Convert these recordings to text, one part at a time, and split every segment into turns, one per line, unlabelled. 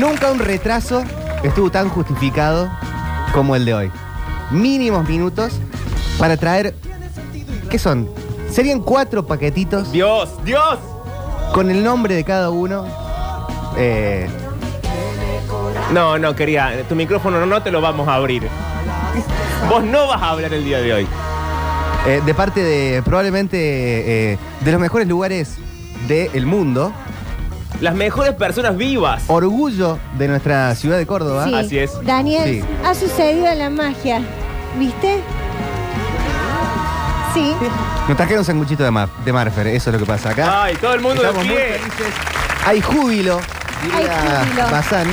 Nunca un retraso estuvo tan justificado como el de hoy. Mínimos minutos para traer. ¿Qué son? Serían cuatro paquetitos
Dios, Dios.
con el nombre de cada uno. Eh,
No, no, quería. Tu micrófono no te lo vamos a abrir. Vos no vas a hablar el día de hoy.
eh, de parte de probablemente eh, de los mejores lugares del mundo.
Las mejores personas vivas.
Orgullo de nuestra ciudad de Córdoba.
Sí. Así es.
Daniel,
Sí.
ha sucedido la magia. ¿Viste? Sí.
Nos trajeron un sanguchito de, mar, de Marfer, eso es lo que pasa acá.
Ay, todo el mundo de
Estamos muy
pie.
felices. Hay júbilo, diría
Hay júbilo.
Bazán.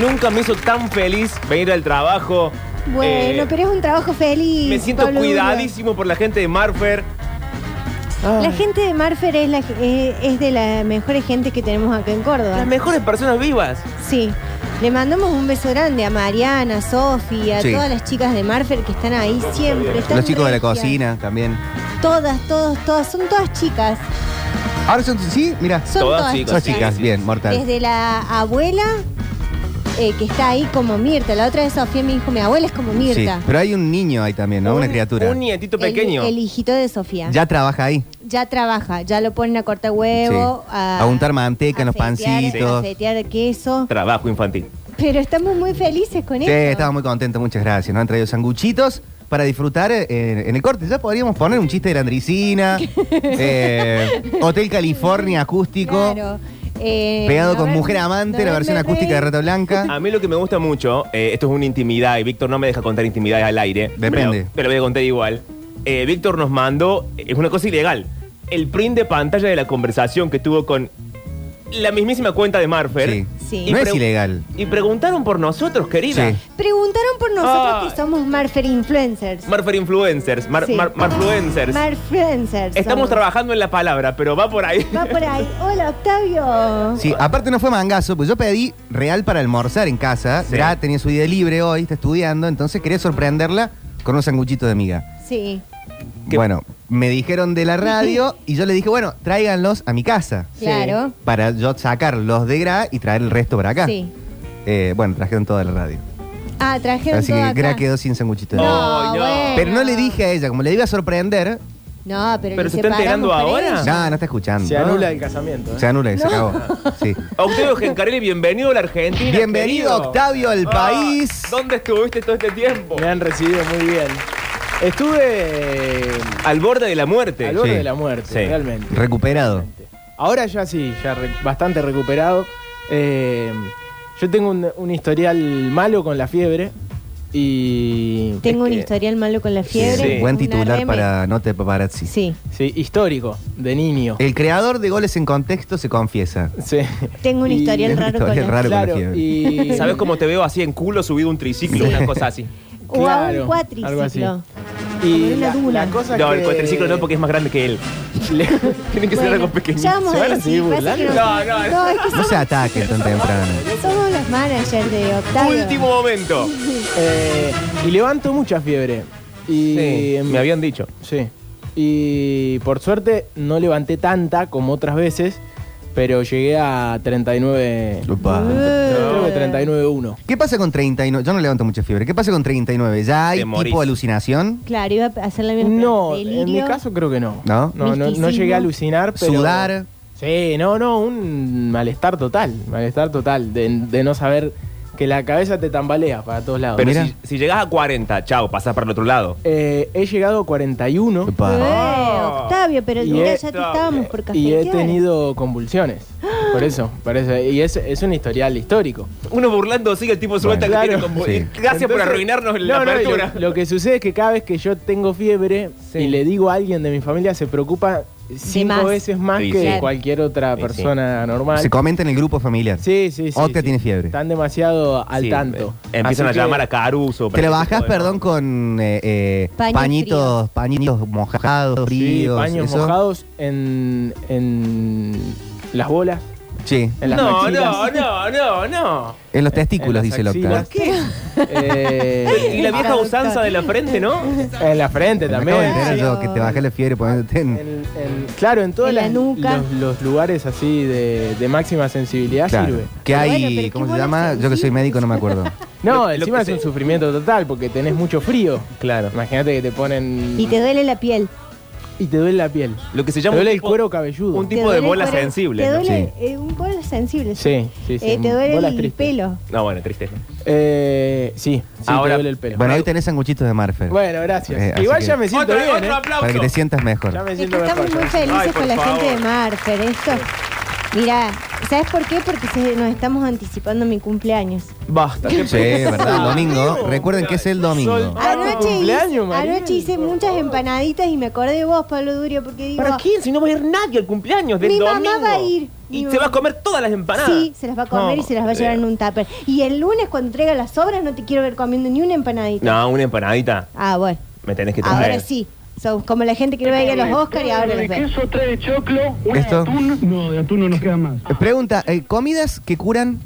Nunca me hizo tan feliz venir al trabajo.
Bueno,
Eh,
pero es un trabajo feliz.
Me siento
Pablo Durio.
cuidadísimo por la gente de Marfer.
Ah.
La gente de Marfer es, la, eh, es de las mejores gente que tenemos acá en Córdoba.
Las mejores personas vivas.
Sí. Le mandamos un beso grande a Mariana, a Sofi, a
Sí.
todas las chicas de Marfer que están ahí siempre. están
Los chicos de la
regias.
cocina también.
Todas, todas, todas. Son todas chicas.
Ahora son, sí, mira,
Son
Todas
todas,
chicas,
son
chicas.
chicas,
sí.
bien, mortal.
Desde la abuela, eh, que está ahí como Mirta. La otra vez Sofía me dijo, mi abuela es como
Sí,
Mirta.
pero hay un niño ahí también, ¿no? Una
Un-
criatura.
Un nietito
El-
pequeño.
El, hijito de Sofía. Ya.
Ya trabaja ahí.
trabaja, ya lo ponen a cortar huevo,
Sí. A untar manteca en los
fetear,
pancitos.
A fetear queso.
Trabajo infantil.
Pero estamos muy felices con
Sí,
esto.
estamos muy contentos, muchas gracias. Nos han traído sanguchitos para disfrutar eh, en el corte. Ya podríamos poner un chiste de la Andricina, eh, Hotel California acústico,
Claro. Eh,
pegado
no
con
ver-
Mujer Amante,
no
la
verme
versión acústica de
reír.
Rata Blanca.
A mí lo que me gusta mucho, eh, esto es una intimidad y Víctor no me deja contar intimidades al aire.
Depende.
Pero, pero voy a contar igual. Eh, Víctor nos mandó, es una cosa ilegal, el print de pantalla de la conversación que tuvo con la mismísima cuenta de Marfer.
Sí.
Sí.
Y
No es
pregu-
ilegal.
Y preguntaron por nosotros, querida.
Sí.
Preguntaron por nosotros
Ah.
que somos Marfer Influencers.
Marfer Influencers. Mar,
Sí.
Mar- Marfluencers.
Marfluencers.
Estamos
somos.
trabajando en la palabra, pero va por ahí.
Va por ahí. Hola, Octavio.
Sí, aparte no fue mangazo, pues yo pedí real para almorzar en casa.
Sí.
Ya tenía su día libre hoy, está estudiando, entonces quería sorprenderla con un sanguchito de miga.
Sí,
¿Qué?
Bueno, me dijeron de la radio y yo le dije, bueno, tráiganlos a mi casa.
claro.
Para yo sacar los de Gra y traer el resto para acá.
Sí.
Eh, bueno, trajeron toda la radio.
Ah, trajeron
Así
todo
que
acá.
Gra quedó sin sanguchito de
No.
miga.
Ay, no.
bueno.
Pero no le dije a ella, como le iba a sorprender,
No, pero,
Pero
le
se está enterando
separamos para
ahora.
ella.
no, no está escuchando.
Se anula el casamiento. ¿eh?
Ah. Se anula y se acabó. Sí.
Octavio Gencarelli, bienvenido a la Argentina.
Bienvenido,
querido.
Octavio, al
Ah,
país.
¿Dónde estuviste todo este tiempo?
Me han recibido muy bien. Estuve eh,
Al borde de la muerte.
al borde
sí.
de la muerte,
Sí.
realmente.
Recuperado.
Ahora ya sí, ya re- bastante recuperado. Eh, yo tengo un, un historial malo con la fiebre y...
Tengo un
eh,
historial malo con la fiebre.
Sí.
Buen
Una
titular
reme-
para No te paparazzi.
Sí,
Sí, histórico, de niño.
El creador de goles en contexto se confiesa.
Sí.
tengo un
Y-
historial raro con
Historial
la
raro con la
Claro,
fiebre.
y...
¿Sabes cómo te veo así en culo subido a un triciclo? Una cosa así.
O a
Claro,
un
algo así.
cuatriciclo.
Y
Como una
la,
duna.
la cosa
No,
que...
el cuatriciclo no, porque es más grande que él. Tiene que ser
Bueno,
algo pequeño.
Ya vamos
Se
a
van a
decir.
seguir
pasa que
burlando. No,
nos-
no,
no, es que
No se ataque tan temprano.
somos los managers de Octavio.
Último momento.
Eh, y levanto mucha fiebre. Y
me habían dicho.
Sí. Y por suerte no levanté tanta como otras veces, pero llegué a 39.
Upa.
Creo que 39.1.
¿Qué pasa con 39? Yo no levanto mucha fiebre. ¿Qué pasa con 39? ¿Ya hay
Te morís.
tipo alucinación?
Claro, iba a hacer la misma
No,
delirio.
en mi caso creo que no.
¿No?
No, no,
Misticismo.
no llegué a alucinar, pero.
¿Sudar?
Sí, no, no, un malestar total. Malestar total de, de no saber que la cabeza te tambalea para todos lados.
Pero
Ah, Mira.
si, si llegas a 40, chao, pasás para el otro lado.
Eh, he llegado a 41
Upa.
Eh, Octavio, pero
Y
el día
he-
ya te estábamos por café.
y he tenido convulsiones. Por eso, parece. Y es, es un historial histórico.
Uno burlando sigue el tipo suelta
Bueno,
que
claro.
tiene como-
Sí.
Gracias por
Entonces-
arruinarnos la
No, no, y
apertura.
lo, lo que sucede es que cada vez que yo tengo fiebre
Sí.
y le digo a alguien de mi familia, se preocupa cinco
más.
veces más
Sí,
que
sí.
cualquier otra
Sí, sí.
persona normal.
Se comenta en el grupo familiar.
sí, sí, sí.
Otra
sí.
tiene fiebre.
Están demasiado al
Sí,
tanto.
eh, empiezan
Así
a
que
llamar a Caruso.
Te
para
la
ese
bajás,
tipo de-
perdón, con eh, eh,
Paños
pañitos, pañitos mojados,
sí,
fríos.
paños
eso.
mojados en, en las bolas.
Sí.
En las
no,
maxilas.
no, no, no, no.
En los
En
testículos,
las
dice el
axilas.
Octa.
¿Qué?
Eh,
Y la vieja usanza de la frente, ¿no?
en la frente
Me
también.
acabo de enterar
sí.
yo que te bajé la fiebre poniéndote en...
En- en- claro, en todos
En la nuca.
los, los lugares así de, de máxima sensibilidad
Claro.
sirve.
Que
Pero
hay...
bueno, pero
¿Cómo
qué
se
bola
llama?
esa,
Yo que
sí.
soy médico no me acuerdo.
No,
Lo- lo
encima
que
es
se-
un sufrimiento total porque tenés mucho frío. Claro. Imagínate que te ponen.
Y te duele la piel.
y te duele la piel.
Lo que se
Te
llama. un
duele el
tipo-
cuero cabelludo.
un
Te
tipo
duele
de
el
bola
cuero-
sensible,
Te
¿no?
duele eh, un bola sensible.
Sí, sí, sí.
Eh, te duele
Bolas
el
tristes.
pelo.
No, bueno, triste.
Eh, sí, sí,
Ahora-
te duele el pelo.
Bueno, hoy tenés sanguchitos de Marfer.
Bueno, gracias.
Eh, así
Igual
que-
ya me siento
Otro,
bien.
otro
¿eh?
aplauso.
Para que te sientas mejor.
Ya me
Es
siento
que estamos
mejor.
muy felices
Ay, por
con la
favor.
gente de Marfer. Esto. Mira, ¿sabes por qué? Porque se- nos estamos anticipando mi cumpleaños.
Basta, qué
Sí,
pena.
verdad, domingo. Recuerden que es el domingo.
Sol. Ah, tu
Anoche, hice-
cumpleaños, Mariel,
anoche hice
por
muchas
favor.
empanaditas y me acordé de vos, Pablo Durio, porque digo.
¿Para qué? Si no va a ir nadie al cumpleaños del
Mi mamá
domingo.
va a ir. Mi
Y se
mamá-
va a comer todas las empanadas.
Sí, se las va a comer
No,
y se las va a llevar en un tupper. Y el lunes cuando traiga las sobras no te quiero ver comiendo ni una empanadita.
No, una empanadita.
Ah, bueno.
Me tenés que traer.
Ahora sí. Sos como la gente que no va a ir a los Oscars y ahora los
de
ve.
queso, tres de choclo, una
¿Esto?
de atún. No, de atún no nos queda más.
Eh, Pregunta, eh, ¿comidas que curan?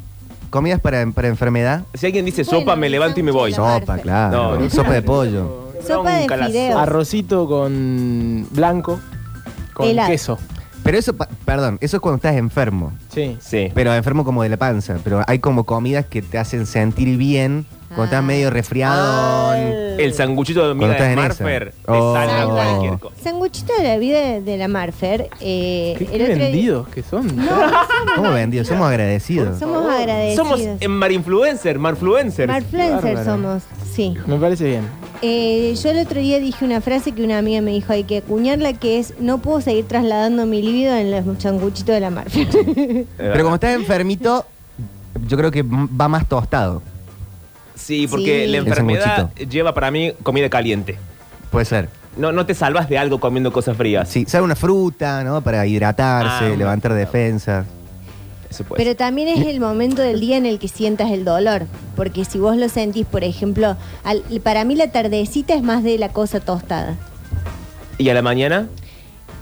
¿Comidas para, para enfermedad?
Si alguien dice
Bueno,
sopa, me levanto y me voy.
La sándwich
Sopa,
Marfer.
claro.
No.
Sopa de pollo.
Sopa de
Bronca la
fideos.
sopa.
Arrocito con blanco, con
Helado.
queso.
Pero eso, pa- perdón, eso es cuando estás enfermo.
Sí.
Sí.
Pero enfermo como de la panza. Pero hay como comidas que te hacen sentir bien cuando estás
Ah.
medio resfriado.
El sanguchito de
Cuando
miga
estás
de
en
Marfer.
esa.
Te
Oh.
salva cualquier cosa.
Sanguchito de la vida de la Marfer. Eh,
Qué,
el
qué
otro día-
vendidos que son.
¿Cómo vendido? Somos agradecidos.
Somos agradecidos.
Somos en Marinfluencer, Marfluencer.
Marfluencers
Bárbaro.
somos, sí.
Me parece bien.
Eh, yo el otro día dije una frase que una amiga me dijo, hay que acuñarla, que es, no puedo seguir trasladando mi libido en los sanguchitos de la Marfer.
Eh,
Pero como estás enfermito, yo creo que m- va más tostado.
Sí, porque
Sí.
la
El
enfermedad
sanguchito.
lleva para mí comida caliente.
Puede ser.
No, no te salvas de algo comiendo cosas frías.
Sí, sale una fruta, ¿no? Para hidratarse,
Ah,
levantar defensas.
Eso puede
Pero también es el momento del día en el que sientas el dolor. Porque si vos lo sentís, por ejemplo, al- para mí la tardecita es más de la cosa tostada.
ser. ¿Y a la mañana?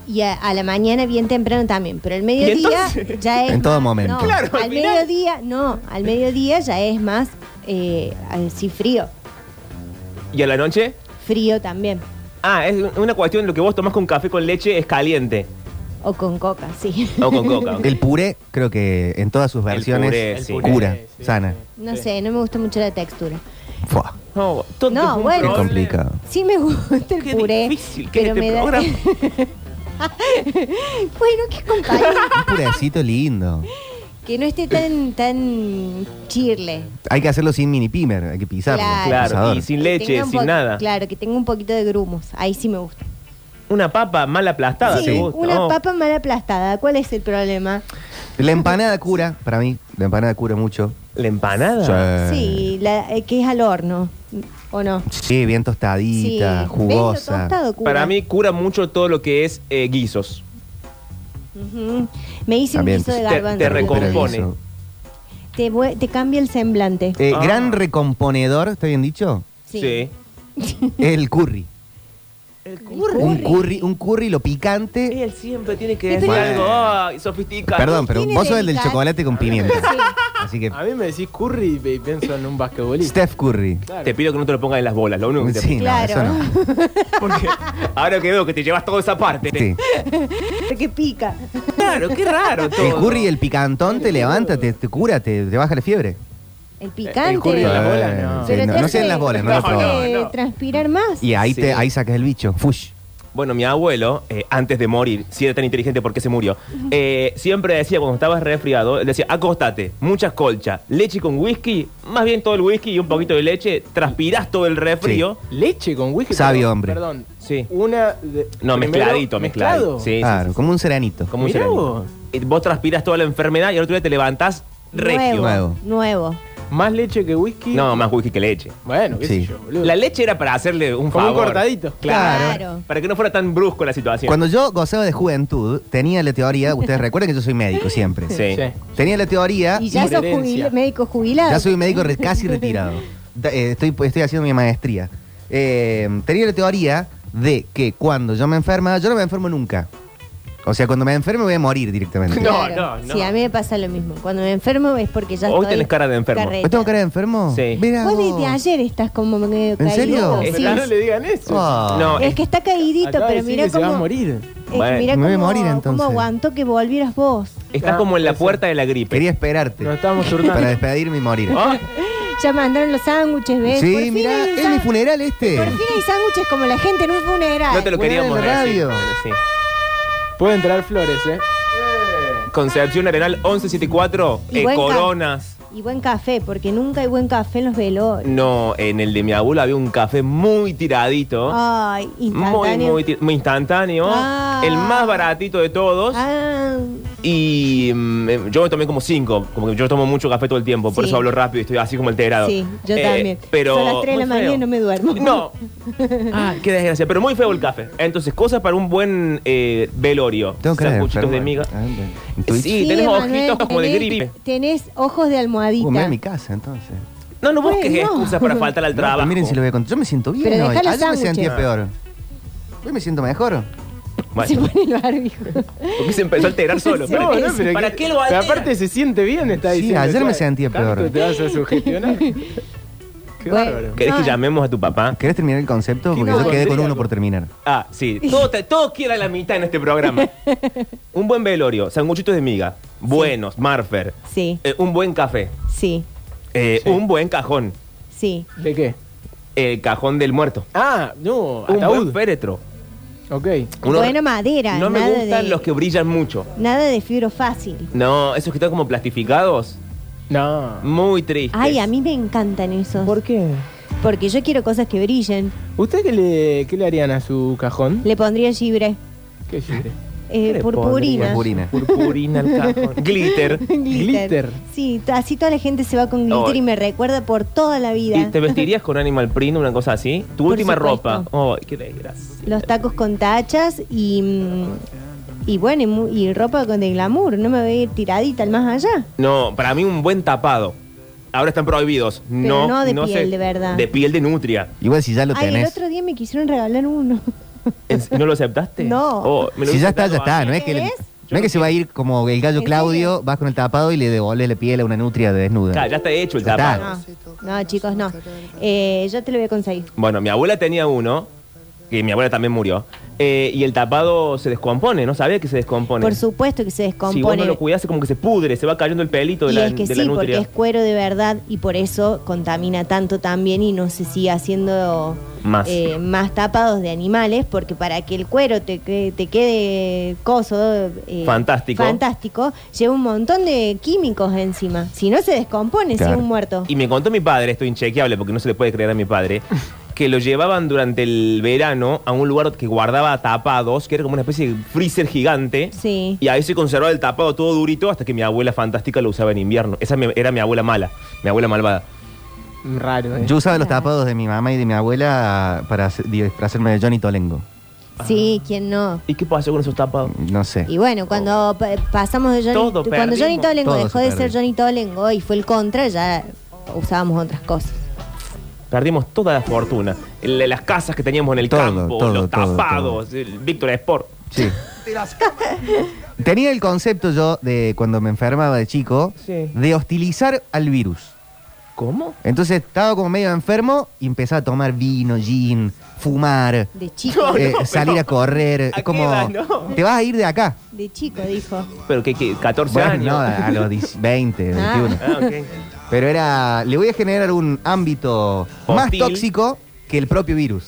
Y a, a la mañana bien temprano también, pero al mediodía
entonces?
ya es...
En todo
más-
momento.
no,
Claro, al
al,
final.
mediodía, no, al mediodía ya es más eh, así frío,
¿Y a la noche?
frío también,
Ah, es una cuestión, lo que vos tomás con café con leche es caliente.
o con coca, sí.
O con coca. ok.
El puré, creo que en todas sus versiones,
puré, El sí. puré,
cura,
sí,
sana.
sí.
No sé, no me gusta mucho la textura.
Fua,
No, todo
No,
es un
qué
bueno.
problema.
complicado.
Sí me gusta el
Qué
puré,
difícil que es
pero
este
me da...
programa.
bueno, qué compañía.
Un purecito lindo.
Que no esté tan, tan chirle.
Hay que hacerlo sin mini pimer, hay que pisarlo.
Claro.
con
Claro,
pasador.
y sin
Que
leche,
tenga un
sin
po-
nada.
Claro, que tenga un poquito de grumos. Ahí sí me gusta.
Una papa mal aplastada,
sí,
te Ah, gusta. Oh.
una
No.
papa mal aplastada. ¿Cuál es el problema?
La empanada cura, para mí, la empanada cura mucho.
¿La empanada?
Ah, Sí, la, eh, que es al horno. ¿O no?
Sí, bien tostadita,
sí. ¿Ves lo
jugosa.
tostado, Cuba?
Para mí cura mucho todo lo que es eh, guisos.
Ujú. Me hice
También,
un guiso de
te- te
garbanzo.
Te recompone.
Pero eso.
Te, vue- te cambia el semblante.
Eh,
Ah.
Gran recomponedor, ¿está bien dicho?
Sí.
El curry.
El
Un curry, un curry, lo picante.
Él siempre tiene que
Pero
decir
tiene-
algo ay, sofisticado.
Perdón, pero
tiene
vos sos el del
delicado.
chocolate con pimienta.
Sí.
Así que
Ah,
A mí me decís curry y pienso en un basquetbolista.
Steph Curry.
Claro.
Te pido que no te lo pongas en las bolas, lo único que te
Sí, no,
Claro.
eso no.
Porque ahora que veo que te llevas toda esa parte.
Sí.
Porque pica.
Claro, qué raro todo.
El curry y el picantón te levanta, te, te cura, te, te baja la fiebre.
El picante.
El curry en las bolas, no.
Sí,
Pero
no,
te
no sean
hace-
las bolas, no lo
te
No,
probé.
hace
no, no.
transpirar más.
Y ahí,
Sí.
te, ahí sacas el bicho. Fush.
Bueno, mi abuelo, eh, antes de morir, si era tan inteligente, ¿por qué se murió? Eh, siempre decía, cuando estabas resfriado, él decía, acostate, muchas colchas, leche con whisky, más bien todo el whisky y un poquito de leche, transpirás todo el resfrío.
Leche con whisky.
Sabio
perdón,
hombre.
Perdón.
Sí.
Una de-
No,
primero,
mezcladito, mezclado. Sí, sí,
Claro,
sí, sí.
como un serenito.
Como un
Mirá
cerealito.
vos.
Eh, Vos transpirás toda la enfermedad y al otro día te levantás regio.
Nuevo.
Nuevo. Nuevo.
Más leche que whisky.
No, más whisky que leche.
Bueno, qué
Sí.
sé yo, boludo.
La leche era para hacerle un
Como
favor.
un cortadito.
Claro.
Claro.
Para que no fuera tan brusco la situación.
Cuando yo gozaba de juventud, tenía la teoría, ustedes recuerden que yo soy médico siempre.
Sí.
Tenía la teoría,
Y ya sos
Inherencia.
jubila- médico jubilado.
Ah, ya soy médico re- casi retirado. Da- eh, estoy, estoy haciendo mi maestría. Eh, tenía la teoría de que cuando yo me enferma, yo no me enfermo nunca. O sea, cuando me enferme voy a morir directamente.
No,
Claro.
no, no.
Sí, a mí me pasa lo mismo. Cuando me enfermo es porque ya
Hoy
estoy
tenés cara de enfermo.
carreta.
¿Vos tengo cara de enfermo?
Sí.
Mirá
Vos
vos.
desde ayer estás como medio
¿En serio?
caído,
Es
sí.
la-
Ojalá no le digan eso.
Ah.
No,
Es que está caídito,
Acaba de
pero
decir
mira
que se va a
cómo.
morir.
es que
Bueno.
mirá
Me voy a
cómo-
morir, entonces.
cómo aguantó que volvieras vos.
Estás
Ah,
como en la
eso.
puerta de la gripe.
Quería esperarte.
Nos estábamos turnando.
Para despedirme y morir.
Ah,
Ya mandaron los sándwiches, ¿ves? Por
sí,
fin
mirá,
hay un
es mi
sándwich.
funeral este.
Por fin hay sándwiches como la gente en un funeral.
No te lo
Fuera de
queríamos
la
decir.
radio.
Bueno, sí.
Pueden traer flores, ¿eh?
Concepción Arenal 1174,
Y
eh,
buen ca-
Coronas.
Y buen café, porque nunca hay buen café en los velorios.
No, en el de mi abuelo había un café muy tiradito.
Ay,
muy,
Ah, instantáneo.
muy, ti- muy instantáneo.
Ah.
El más baratito de todos.
Ah,
Y mm, yo me tomé como cinco. Como que yo tomo mucho café todo el tiempo. Por
Sí.
eso hablo rápido y estoy así como alterado.
sí, yo
Eh,
también.
Pero
Son las 3 de la
muy
mañana
feo.
y no me duermo.
No. Ah, qué desgracia. Pero muy feo el café. Entonces, cosas para un buen eh, velorio.
Tengo cara de
Sanguchitos de
enfermo.
miga.
Anda. ¿En Twitch?
Sí, tenés
Emanuel,
ojitos como de
tenés-
gripe.
Tenés ojos de almohadita.
Uh, me voy a mi casa entonces.
No, no busques
Bueno.
excusas para faltar al
No,
trabajo.
pero miren si lo voy a contar. Yo me siento bien
Pero
hoy.
dejá
Ayer
los
me
sándwiches.
sentía
Ah.
peor. Hoy me siento mejor.
Bueno,
Se pone el barbijo.
porque se empezó a alterar solo.
Sí.
¿Para
No,
qué-
no, pero
¿Para
que-
qué lo
pero
altera?
aparte se siente bien, está
Sí,
diciendo.
ayer me
¿sabes?
sentía
¿Tanto
peor.
te vas a sugestionar? Qué
Bueno.
bárbaro.
¿Querés que
No.
llamemos a tu papá?
¿Querés terminar el concepto?
¿Qué
Porque yo quedé con
concepto?
uno por terminar.
Ah, sí. Todo, te- todo queda a la mitad en este programa. un buen velorio, sanguchitos de miga, buenos, Marfer,
Sí,
eh, un buen café,
sí,
eh, un buen cajón,
sí.
¿De qué?
el cajón del muerto,
Ah, no,
un buen
ataúd.
féretro.
Ok.
Uno-
Buena madera.
No me
nada
gustan
de,
los que brillan mucho.
Nada de fibro fácil.
No, esos que están como plastificados,
No.
muy tristes.
Ay, a mí me encantan esos.
¿Por qué?
Porque yo quiero cosas que brillen.
¿Usted qué le, qué le harían a su cajón?
Le pondría gibre.
¿Qué quiere?
eh,
¿Qué le
purpurina.
Purpurina.
Purpurina al cajón. Glitter.
Glitter.
Sí, t- así toda la gente se va con glitter
Oh.
y me recuerda por toda la
¿Y
vida.
te vestirías con Animal Print, una cosa así? Tu
Por
última
supuesto.
ropa. Oh, qué desgracia.
Los tacos con tachas y. mm, Y bueno, y mu- y, ropa con de glamour. No me voy a ir tiradita al más allá.
No, para mí un buen tapado. Ahora están prohibidos. no,
no de
sé-
piel, de verdad.
De piel de nutria.
Igual si ya lo
Ay, el
tenés.
otro día me quisieron regalar uno.
¿En- ¿No lo aceptaste?
No.
Oh, me lo
Si ya está,
hubiese
ya está.
dado
No es que, le-
¿Querés?
no es que se va a ir como el gallo
¿En
Claudio, vas con el tapado y le devolves la piel a una nutria de
a-
desnuda.
Claro, ya está hecho el
Ya está.
tapado.
No, no, chicos, no. Eh, yo te lo voy a conseguir.
Bueno, mi abuela tenía uno, que mi abuela también murió, eh, y el tapado se descompone, no sabía que se descompone.
Por supuesto que se
Si vos
descompone.
no lo cuidás, es como que se pudre, se va cayendo el pelito de,
y
la,
es que
de
sí,
la
porque
nutria.
es cuero de verdad y por eso contamina tanto también y no se sigue haciendo
Más.
eh, más tapados de animales, porque para que el cuero te, que- te quede coso, eh,
Fantástico.
fantástico, lleva un montón de químicos encima. Si no se descompone, si
Claro.
es un muerto.
Y me contó mi padre, esto es inchequeable porque no se le puede creer a mi padre, que lo llevaban durante el verano a un lugar que guardaba tapados, que era como una especie de freezer gigante.
Sí.
Y ahí se conservaba el tapado todo durito hasta que mi abuela fantástica lo usaba en invierno. Esa mi- era mi abuela mala, mi abuela malvada.
Raro, ¿eh?
Yo usaba los tapados de mi mamá y de mi abuela para hacer- disfrazarme de Johnny Tolengo.
Sí, quién no.
¿Y qué pasó con esos tapados?
No sé.
Y bueno, cuando pa- pasamos de Johnny
Todo
cuando Johnny
perdimos.
Tolengo
Todo
dejó
se
de
perdió.
ser Johnny Tolengo y fue el contra, ya usábamos otras cosas.
Perdimos toda la fortuna. El- las casas que teníamos en el
Todo,
campo,
todo,
los
todo,
tapados, el Víctor Sport.
Sí. Tenía el concepto yo de cuando me enfermaba de chico
Sí.
de hostilizar al virus.
¿Cómo?
Entonces estaba como medio enfermo y empezaba a tomar vino, gin, fumar,
De chico,
No,
eh,
pero-
salir a correr.
¿A
Es como,
qué edad, no?
te vas a ir de acá.
de chico dijo.
Pero que, que 14
Bueno,
años.
no, ah. a los 10, 20,
Ah.
21.
Ah, ok.
Pero era, le voy a generar un ámbito más
Hostil.
tóxico que el propio virus.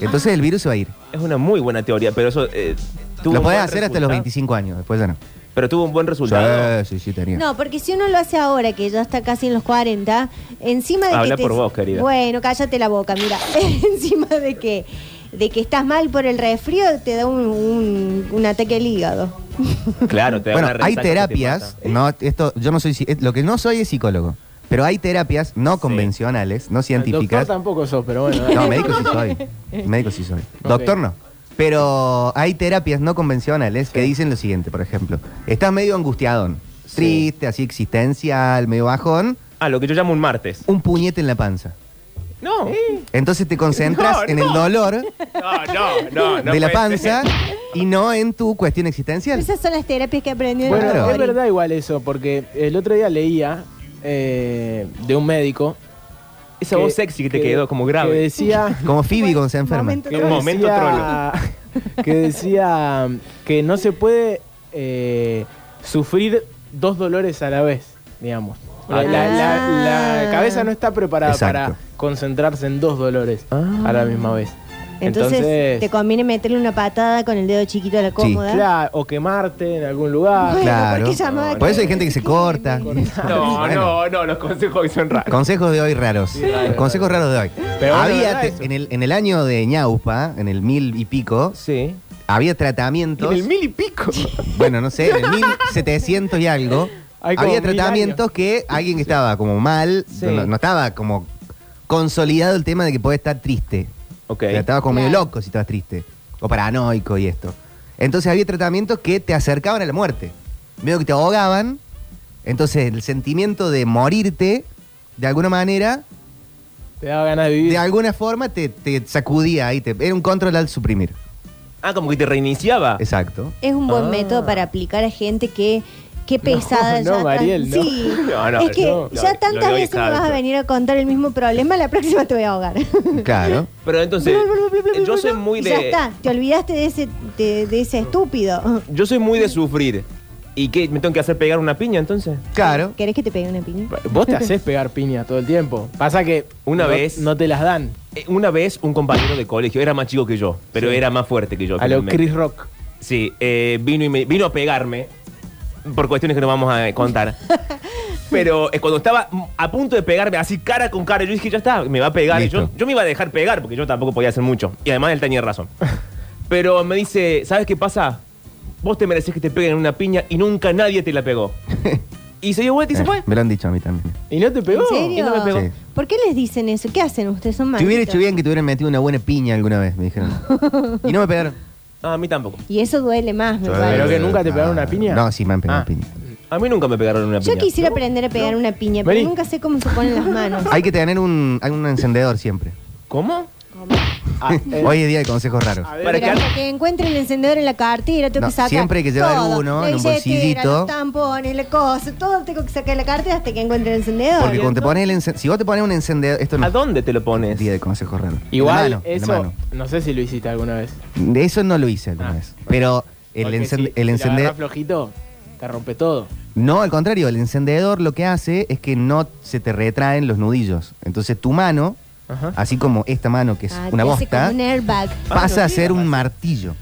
Entonces el virus se va a ir.
Es una muy buena teoría, pero eso. eh, tuvo
Lo
un
podés
buen
hacer hasta los
resultado.
25 años, después ya no.
Pero tuvo un buen resultado.
Sí, sí, sí, tenía.
No, porque si uno lo hace ahora, que ya está casi en los 40, encima de
Habla
que. te-
por vos, querida.
Bueno, cállate la boca, mira. encima de que de que estás mal por el resfrío, te da un, un- un ataque al hígado.
Claro, te da
Bueno,
una
hay
resaca que te Eh,
terapias,
mata.
no, esto, yo no soy, ci- eh, lo que no soy es psicólogo, pero hay terapias no convencionales, no
Doctor
científicas.
tampoco sos, pero bueno.
No, médico sí soy, médico sí soy. Doctor no, pero hay terapias no convencionales que dicen lo siguiente, por ejemplo, estás medio angustiadón,
Sí.
triste, así existencial, medio bajón,
Ah, lo que yo llamo un martes.
un puñete en la panza.
No.
Entonces te concentras
No,
en
no.
el dolor
No, no, no. no
de la
puede ser.
panza y no en tu cuestión existencial.
Esas son las terapias que aprendí en
Bueno,
el
Claro.
es verdad igual eso, porque el otro día leía eh, de un médico.
Esa voz sexy que te quedó como
Que
grave.
decía.
Como Phoebe cuando se enferma.
momento.
que
Un momento
decía- Que decía um, que no se puede eh, sufrir dos dolores a la vez, digamos. La, la- la- la cabeza no está preparada
Exacto.
para concentrarse en dos dolores
Ah.
a la misma vez.
Entonces, te conviene meterle una patada con el dedo chiquito a la cómoda.
claro, o quemarte en algún lugar.
Bueno,
Claro.
¿por qué llamaba
Por eso hay gente que se corta.
No,
Ah, Bueno.
no, no, los consejos hoy son raros.
Consejos de hoy raros.
raros.
Consejos raros de hoy.
Pero bueno,
había
¿verdad
te-
eso?
en, el, en el año de Ñaupa, en el mil y pico,
Sí.
había tratamientos.
En el mil y pico.
Bueno, no sé, en el 1700 y algo.
Hay como
había
mil
tratamientos
años.
que alguien que estaba como mal,
Sí.
no, no estaba como consolidado el tema de que puede estar triste.
Ok.
O sea, estabas como medio
Claro.
loco si estabas triste. O paranoico y esto. Entonces había tratamientos que te acercaban a la muerte. Medio que te ahogaban. Entonces el sentimiento de morirte, de alguna manera,
Te daba ganas de vivir.
de alguna forma te, te sacudía ahí. Te, era un control al suprimir.
Ah, como que te reiniciaba.
Exacto.
Es un buen
Ah.
método para aplicar a gente que qué pesada
no,
ya tan-
Mariel, no.
Sí.
No, no,
es que
no.
ya
No, lo
tantas
de hoy
veces
está
me vas a
dentro.
venir a contar el mismo problema, la próxima te voy a ahogar.
Claro.
Pero entonces, eh, yo soy muy
Y
de.
Ya está, te olvidaste de ese, de, de ese estúpido.
Yo soy muy de sufrir. ¿Y qué? ¿Me tengo que hacer pegar una piña entonces?
Claro.
¿Querés que te pegue una piña?
Vos te haces pegar piña todo el tiempo. Pasa que
Una
no-
vez-
no te las dan.
Eh, Una vez un compañero de colegio, era más chico que yo, pero
Sí.
era más fuerte que yo.
A lo
finalmente.
Chris Rock.
Sí, eh, vino, y me- vino a pegarme por cuestiones que no vamos a eh, contar. Pero eh, cuando estaba mm, a punto de pegarme, así cara con cara, yo dije, ya está, me va a pegar. Y
Listo.
Yo, yo me iba a dejar pegar porque yo tampoco podía hacer mucho. Y además él tenía razón. Pero me dice, ¿sabes qué pasa? Vos te mereces que te peguen una piña y nunca nadie te la pegó. Y se dio vuelta y se
Eh,
fue.
me lo han dicho a mí también.
¿Y no te pegó?
¿En serio?
no me pegó.
Sí.
¿Por qué les dicen eso? ¿Qué hacen ustedes? Son
Te hubiera
malditos.
hecho bien que te hubieran metido una buena piña alguna vez, me dijeron. Y no me pegaron.
No, Ah, a mí tampoco.
Y eso duele más, me
Pero
parece.
que nunca te pegaron una
Ah,
piña.
No, sí me han pegado
Ah.
piña.
A mí nunca me pegaron una
Yo
piña.
quisiera aprender a pegar una piña, pero
Vení.
nunca sé cómo se ponen las manos.
Hay que tener un, hay un encendedor siempre.
¿Cómo?
Ah, eh,
Hoy es día de consejos raros.
a
Para
ver,
que-
Pero hasta que encuentre el encendedor en la cartera, tengo
No,
que sacar.
siempre hay que llevar
todo.
uno
La
en un
billetera,
bolsillito.
Los tampones, la cosa, todo tengo que sacar de la cartera hasta que encuentre el encendedor.
Porque cuando te pones el encen- si vos te pones un encendedor, esto no
¿A dónde te lo
es
pones?
día de consejos raros.
Igual
En la mano, en la
eso,
mano.
no sé si lo hiciste alguna vez.
De eso no lo hice alguna
Ah.
vez. Pero el, encen-
Porque si-
el
si la agarrás
encendedor,
flojito, te rompe todo.
no, al contrario, el encendedor lo que hace es que no se te retraen los nudillos. Entonces tu mano,
Ajá.
así como esta mano que es
Ah,
una
te hace
bosta, Ah,
como un airbag.
pasa a ser un martillo.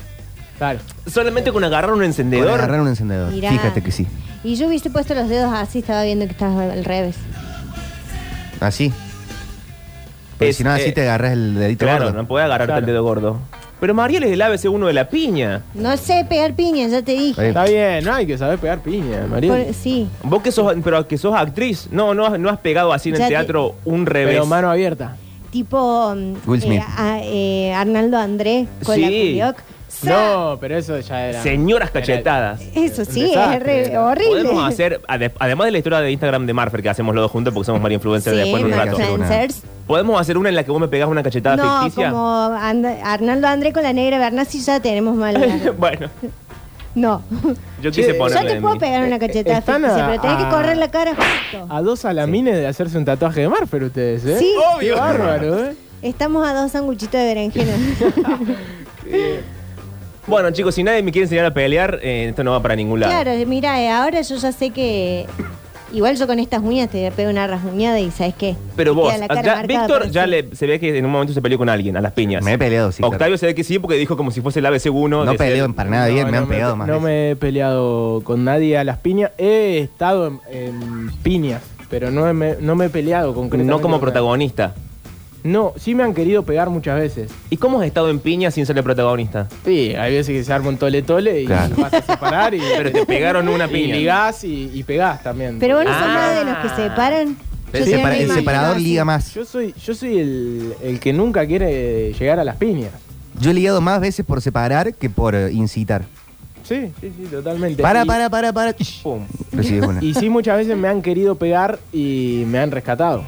Claro.
Solamente con agarrar un
Por
encendedor.
agarrar un encendedor.
Mirá.
Fíjate que sí.
Y yo hubiese puesto los dedos así, estaba viendo que estabas al revés.
Así. Pero
Es,
si no, así
eh,
te agarras el dedito
Claro,
gordo.
no puede agarrarte
Claro.
el dedo gordo. Pero Mariel es el ABC1 de la piña.
No sé pegar piña, ya te dije.
Está bien, no hay que saber pegar piña, María.
Por- sí.
Vos que sos, pero que sos actriz, no, no, has- no has pegado así en
Ya
el
te-
teatro un revés.
Pero mano abierta.
Tipo mm,
Will Smith.
eh, a- eh, Arnaldo Andrés con
Sí.
la Culioc. ¡Sa!
No, pero eso ya era.
Señoras cachetadas.
Eso sí,
Un
es
desastre.
re- horrible.
Podemos hacer, ade- además de la historia de Instagram de Marfer, que hacemos los dos juntos porque somos María Influencer
Sí,
después en un
María
rato.
Influencer.
influencers.
Podemos hacer una en la que vos me pegás una cachetada
No,
ficticia.
como And- Arnaldo André con la negra Bernasi ya tenemos mal. lugar.
bueno,
No.
yo
Che,
quise
Yo
ya
ponerle.
te
de
puedo
mí. Eh,
pegar una cachetada
Están
ficticia,
a-
pero tenés
Ah.
que
a-
correr la cara justo.
A dos alamines de hacerse un tatuaje de Marfer ustedes, ¿eh?
Sí. Oh.
Qué bárbaro, ¿eh?
Estamos a dos sanguchitos de berenjena.
Bueno, chicos, si nadie me quiere enseñar a pelear, eh, esto no va para ningún lado.
claro, mira, eh, ahora yo ya sé que. Igual yo con estas uñas te pego una rasguñada y ¿sabes qué?
Pero
Te
vos, ah,
queda la cara
ya-
marcada por
Víctor
el
ya
sur.
le, se ve que en un momento se peleó con alguien, a las piñas.
Me he peleado, sí. claro.
Octavio se ve que sí porque dijo como si fuese el ABC1.
No
de ser-
peleo para nada
No,
bien, me
no
han pegado más.
No
veces.
me he peleado con nadie a las piñas. He estado en, en piñas, pero no me, no me he peleado concretamente.
No como
con nadie.
protagonista.
No, sí me han querido pegar muchas veces.
¿Y cómo has estado en piña sin ser el protagonista?
Sí, hay veces que se arma un tole tole y
Claro.
vas a separar y,
Pero te pegaron una
y
piña.
ligás y, y pegás también.
Pero vos no sos
Ah.
más de los que se separan.
El, separa-
te me
el
imagino
separador
así.
liga más.
Yo soy, yo soy el, el que nunca quiere llegar a las piñas.
Yo he ligado más veces por separar que por eh, incitar.
Sí, sí, sí, totalmente.
Para,
Y-
para, para, para.
Pum.
Recibí una.
Y sí, muchas veces me han querido pegar y me han rescatado.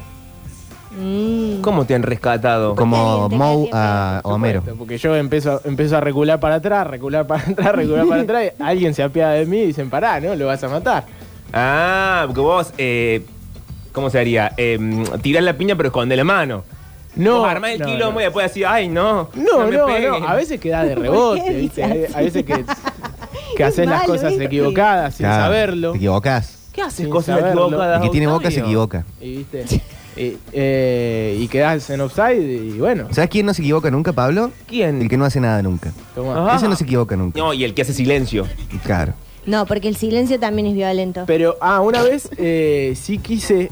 Mm.
¿Cómo te han rescatado?
¿Cómo?
Como
Alguien
Moe
te cae
a Homero.
Supuesto, Porque yo empiezo, a- empiezo a recular para atrás, recular para atrás, recular para atrás. y Alguien se apiada de mí y dicen, pará, ¿no? Lo vas a matar.
Ah, porque vos, eh, ¿cómo se haría? Eh, tirás la piña pero esconde la mano.
No,
Vos armás el
no,
quilombo
no.
y después decís, ay, no.
No,
me
no,
peguen".
no. A veces queda de rebote,
¿Por qué
¿viste?
dice
A veces que, que
Es
haces las
malo,
cosas
¿viste?
equivocadas sin
Claro,
saberlo.
Te equivocás.
¿Qué haces
Sin
cosas
saberlo.
equivocadas?
El que tiene boca se
Octavio?
equivoca.
Y, ¿viste? Y, eh, y quedás en offside y bueno,
¿Sabes quién no se equivoca nunca, Pablo?
¿Quién?
El que no hace nada nunca.
toma.
Ah.
Ese no se equivoca nunca.
No, y el que hace silencio.
Claro.
No, porque el silencio también es violento.
Pero, ah, una vez eh, sí quise.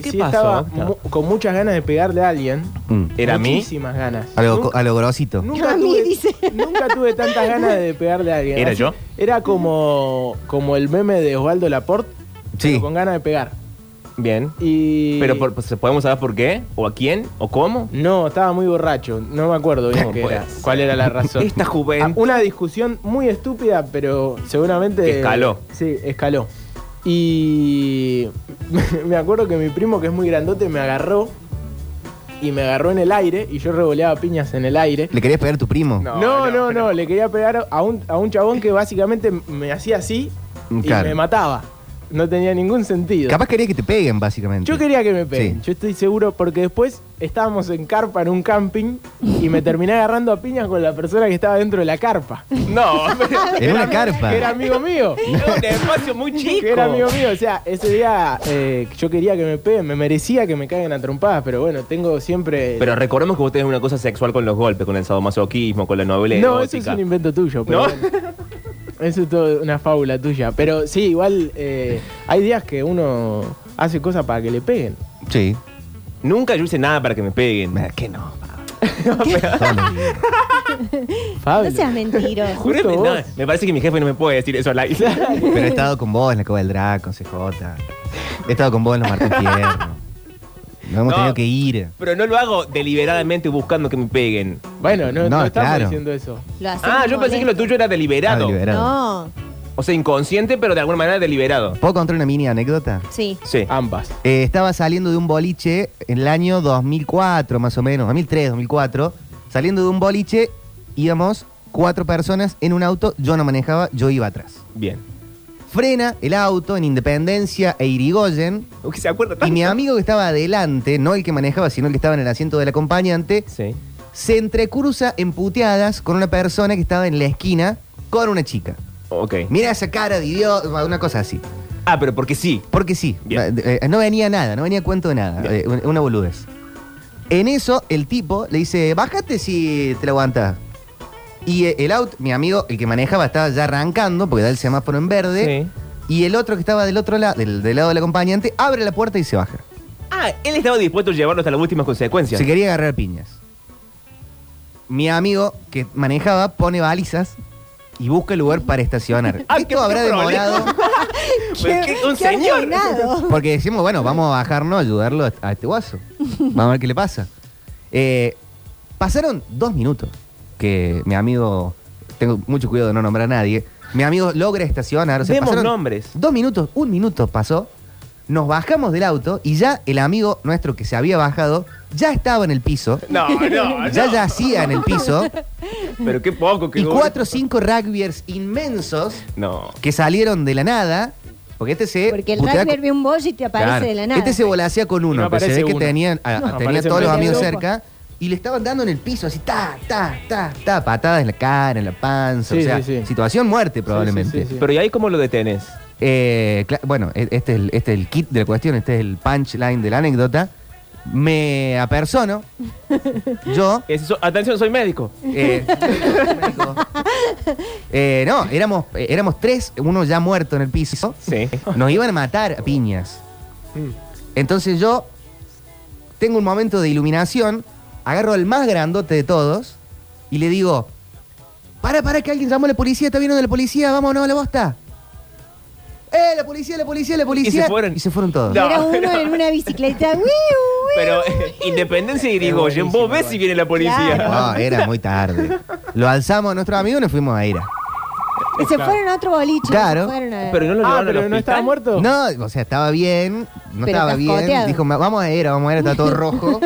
¿Qué
sí
pasó?
estaba mu- con muchas ganas de pegarle a alguien.
Mm.
¿Era a mí?
Muchísimas ganas.
A lo, a lo grosito.
Nunca,
A mí,
tuve,
dice.
nunca tuve tantas ganas de pegarle a alguien.
¿Era yo?
Era como, como el meme de Osvaldo Laporte,
Sí.
pero con ganas de pegar.
Bien.
Y
Pero por- pues, podemos saber por qué, o a quién, o cómo.
No, estaba muy borracho. No me acuerdo bien
No
qué
puede
era,
ser.
cuál era la razón.
Esta
Ah,
juventud.
Una discusión muy estúpida, pero seguramente...
Que escaló.
Sí, escaló. Y me acuerdo que mi primo, que es muy grandote, me agarró y me agarró en el aire y yo revoleaba piñas en el aire.
¿Le querías pegar a tu primo?
No.
No, no, no,
pero-
le quería pegar a un, a un chabón que básicamente me hacía así y
Claro.
me mataba. No tenía ningún sentido.
Capaz quería que te peguen, básicamente.
Yo quería que me peguen,
Sí.
yo estoy seguro, porque después estábamos en carpa en un camping y me terminé agarrando a piñas con la persona que estaba dentro de la carpa.
No, pero.
En una carpa.
Que era amigo mío.
Es un espacio muy chico.
Que era amigo mío. O sea, ese día eh, yo quería que me peguen, me merecía que me caigan a trompadas, pero bueno, tengo siempre.
Pero recordemos que vos tenés una cosa sexual con los golpes, con el sadomasoquismo, con la novela
no, eso
erótica.
es un invento tuyo, pero.
¿No?
bueno. Eso es todo una fábula tuya. Pero sí, igual eh, hay días que uno hace cosas para que le peguen.
Sí.
Nunca yo hice nada para que me peguen.
Eh, ¿Qué no?
Fábula.
No seas mentiroso.
Júrame,
justo
no,
vos.
me parece que mi jefe no me puede decir eso al aire.
Pero he estado con vos en la Cueva del Draco, CJ. He estado con vos en los Martín Fierro. No hemos
No.
tenido que ir.
Pero no lo hago deliberadamente buscando que me peguen.
Bueno, no,
No,
no estamos
claro.
diciendo eso.
Lo hacemos
Ah, yo pensé que lo
molesto.
tuyo era deliberado.
Ah, deliberado.
No,
O sea, inconsciente, pero de alguna manera deliberado.
¿Puedo contar una mini anécdota?
sí.
Sí.
Ambas.
Eh, estaba saliendo de un boliche en el año 2004, más o menos, 2003, 2004. Saliendo de un boliche, íbamos cuatro personas en un auto. Yo no manejaba, yo iba atrás.
Bien.
Frena el auto en Independencia e Irigoyen.
Aunque se acuerda
Y
tanto.
mi amigo que estaba adelante, no el que manejaba, sino el que estaba en el asiento del acompañante,
Sí.
se entrecruza en puteadas con una persona que estaba en la esquina con una chica.
Ok.
Mira esa cara de idiota, una cosa así.
Ah, pero porque sí.
Porque sí,
Bien.
eh, eh, no venía nada, no venía cuento de nada,
Bien.
eh, un- una boludez. En eso, el tipo le dice, bájate si te la aguanta. Y eh, el auto, mi amigo, el que manejaba, estaba ya arrancando porque da el semáforo en verde.
Sí.
Y el otro que estaba del otro lado, del, del lado del acompañante, abre la puerta y se baja.
Ah, él estaba dispuesto a llevarlo hasta las últimas consecuencias.
Se quería agarrar piñas. Mi amigo que manejaba pone balizas y busca el lugar para estacionar.
Ah, qué-
Esto habrá
qué problema.
demorado
Pero
Qué-
que- un
qué
señor.
ordenado.
porque decimos, bueno, vamos a bajarnos, ayudarlo a- a este guaso. Vamos a ver qué le pasa. Eh, pasaron dos minutos que mi amigo, tengo mucho cuidado de no nombrar a nadie, mi amigo logra estacionar. o sea,
Demos
pasaron
nombres.
Dos minutos, un minuto pasó. Nos bajamos del auto y ya el amigo nuestro que se había bajado ya estaba en el piso.
No, no, no.
Ya yacía en el piso
Pero qué poco que
y cuatro o cinco rugbyers inmensos
No.
que salieron de la nada. Porque este se.
Porque el
putea
rugby
con-
ve un bollo y te aparece
Claro.
de la nada. Pues.
Este se volacía con
Y
uno,
no
pero se
aparece
ve que
uno.
tenían, a-
No,
tenía a
aparece
todos los
medio
amigos
grupo.
cerca y le estaban dando en el piso, así, ta, ta, ta, ta, patadas en la cara, en la panza.
Sí,
o sea,
sí, sí.
situación muerte probablemente.
sí, sí.
Pero ¿y ahí cómo lo detenés?
Eh, cla- bueno, e- este es, el, este es el kit de la cuestión, este es el punchline de la anécdota. Me apersono, yo,
Es eso- atención, soy médico.
Eh, eh, no, éramos, eh, éramos tres, uno ya muerto en el piso.
Sí.
Nos iban a matar a piñas. Entonces yo tengo un momento de iluminación, agarro al más grandote de todos y le digo, para, para, que alguien llamó a la policía, está viendo la policía, vámonos a la bosta. ¡Eh, la policía, la policía, la policía!
fueron.
Y se fueron todos.
No,
Era uno
no.
en una bicicleta. ¡wiu, wiu!
Pero eh, Independencia y Irigoyen, vos ves si viene la policía.
Claro.
No, era muy tarde. Lo alzamos a nuestro amigo y nos fuimos a ir.
Y se fueron a otro boliche.
Claro.
se fueron a-
Pero no lo
Ah,
llevaron al
pero no
hospital.
estaba muerto.
No, o sea, estaba bien, no
Pero
estaba bien.
cascoteado.
Dijo, "Ma- vamos a Era, vamos a Era, está todo rojo.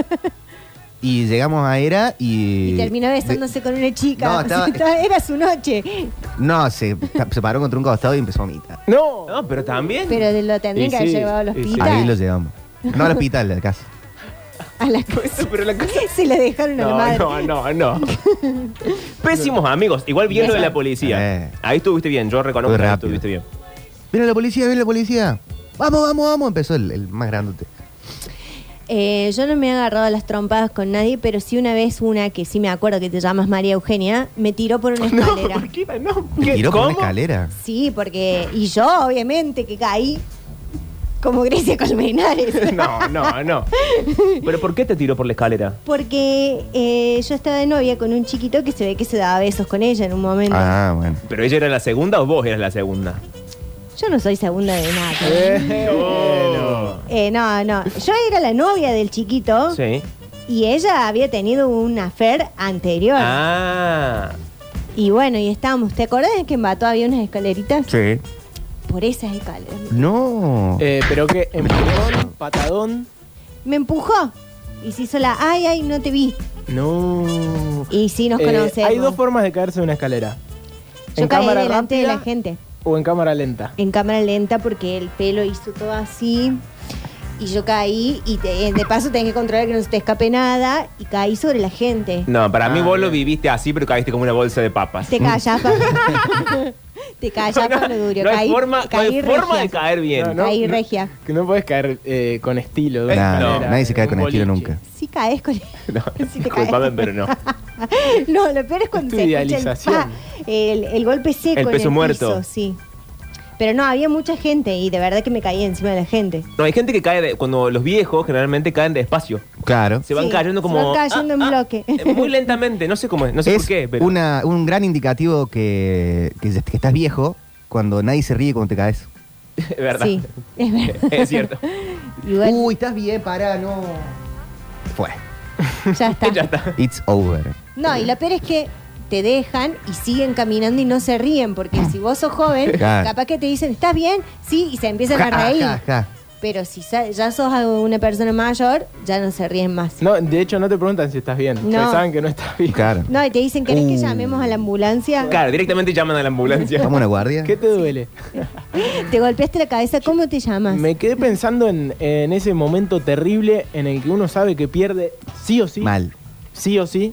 y llegamos a Era y.
Y terminó besándose con una chica.
No, estaba-
Estaba- Era su noche.
de- no, se, se paró contra un costado y empezó a vomitar.
No.
No, pero también.
Pero de- lo tendrían
Y
que haber
sí,
llevado al
y sí.
hospital.
Ahí lo llevamos. No al hospital, a la casa.
A la casa.
Pero la cosa-
Se la dejaron a la
No,
madre.
no, no, no. Pésimos amigos. Igual bien lo de la policía.
Eh.
Ahí estuviste bien, yo reconozco
Fue
que ahí
rápido.
estuviste bien.
Viene la policía, viene la policía. Vamos, vamos, vamos. Empezó el, el más grandote.
Eh, yo no me he agarrado a las trompadas con nadie, pero sí una vez una que sí me acuerdo que te llamas María Eugenia, me tiró por una escalera.
¿Por qué? No,
Me
¿qué?
tiró por
¿Cómo?
una escalera.
Sí, porque. Y yo, obviamente, que caí como Grecia Colmenares.
No, no, no. ¿Pero por qué te tiró por la escalera?
Porque eh, yo estaba de novia con un chiquito que se ve que se daba besos con ella en un momento.
Ah, bueno.
¿Pero ella era la segunda o vos eras la segunda?
Yo no soy segunda de nada.
Eh,
No.
Eh, no, no. Yo era la novia del chiquito
Sí.
y ella había tenido un affair anterior.
Ah.
Y bueno, y estábamos. ¿Te acordás de que en Bató había unas escaleritas?
Sí.
Por esas escaleras.
No.
Eh, pero que empujón, patadón.
Me empujó y se hizo la. Ay, ay, no te vi.
No.
Y sí nos
Eh,
conocemos.
hay dos formas de caerse de una escalera.
Yo
en
caí
cámara
delante de
rápida
la gente.
o en cámara lenta.
en cámara lenta porque el pelo hizo todo así y yo caí y te- eh, de paso tenés que controlar que no se te escape nada y caí sobre la gente.
No, para mí
Ah,
vos lo
bien.
viviste así, pero caíste como una bolsa de papas.
Te callas, Pablo. te callas, Pablo Durio.
no hay
caí,
forma, no hay
caí
forma de
regia.
caer bien.
No, no.
Caí regia.
Que no puedes caer eh, con estilo. de
Eh,
Nah,
una
no.
escalera,
nadie se cae
de
con
un
el estilo
boliche.
nunca.
Sí caes con
No,
Sí te
disculpame, pero no.
No, lo peor es cuando
Tu
se escucha el,
idealización.
pa, el, el golpe seco
El
en
peso
el
muerto.
piso, sí. Pero no, había mucha gente y de verdad que me caí encima de la gente.
No, hay gente que cae, de- cuando los viejos generalmente caen despacio.
Claro.
Se van
Sí,
cayendo
se
como.
van cayendo en bloque.
eh, Muy lentamente, no sé cómo es, no sé
es
por qué, pero.
una- un gran indicativo que, que, que estás viejo cuando nadie se ríe cuando te caes.
Es verdad.
Sí, es verdad.
Es cierto.
Igual,
Uy, estás bien, pará, no. Fue.
ya está.
Uh, ya está.
It's over.
No, y lo peor es que te dejan y siguen caminando y no se ríen, porque si vos sos joven,
Claro.
capaz que te dicen, ¿estás bien? Sí, y se empiezan a
Ja, ja,
reír.
ja.
Pero si sa- ya sos una persona mayor, ya no se ríen más.
No, de hecho no te preguntan si estás bien.
No.
No. saben que no estás bien.
Claro.
No, y te dicen, ¿querés que
Uh.
llamemos a la ambulancia?
Claro, directamente llaman a la ambulancia.
¿Vamos a una guardia?
¿Qué te duele?
Te golpeaste la cabeza, ¿cómo te llamas?
Me quedé pensando en, en ese momento terrible en el que uno sabe que pierde sí o sí.
Mal.
Sí o sí.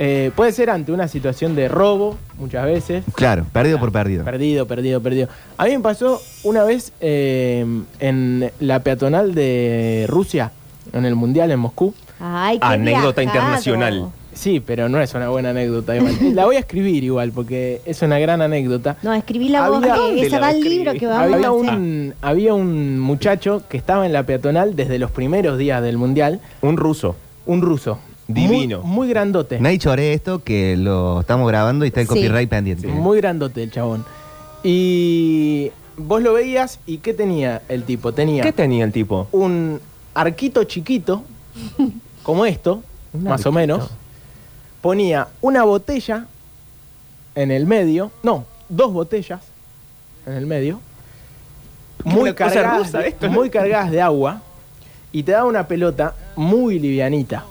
Eh, puede ser ante una situación de robo, muchas veces.
Claro, perdido por perdido.
Perdido, perdido, perdido. A mí me pasó una vez eh, en la peatonal de Rusia, en el Mundial en Moscú.
Ay, qué
Anécdota
viajado.
internacional.
Sí, pero no es una buena anécdota igual. La voy a escribir igual porque es una gran anécdota.
No, escribí la voz,
Había-
que
¿Dónde
esa
la
va al
escribí?
libro que vamos a
Había
hacer.
un, había un muchacho que estaba en la peatonal desde los primeros días del Mundial,
Un ruso.
un ruso.
Divino.
Muy, muy grandote.
Nadie choré esto que lo estamos grabando y está el
Sí.
copyright pendiente.
Muy grandote el chabón. Y vos lo veías y ¿qué tenía el tipo? Tenía
¿Qué tenía el tipo?
un arquito chiquito, como esto,
Un
más
arquito.
o menos. Ponía una botella en el medio, no, dos botellas en el medio, muy
Una cosa
cargadas,
rusa
de-
esto, ¿no?
muy cargadas de agua, y te daba una pelota muy livianita,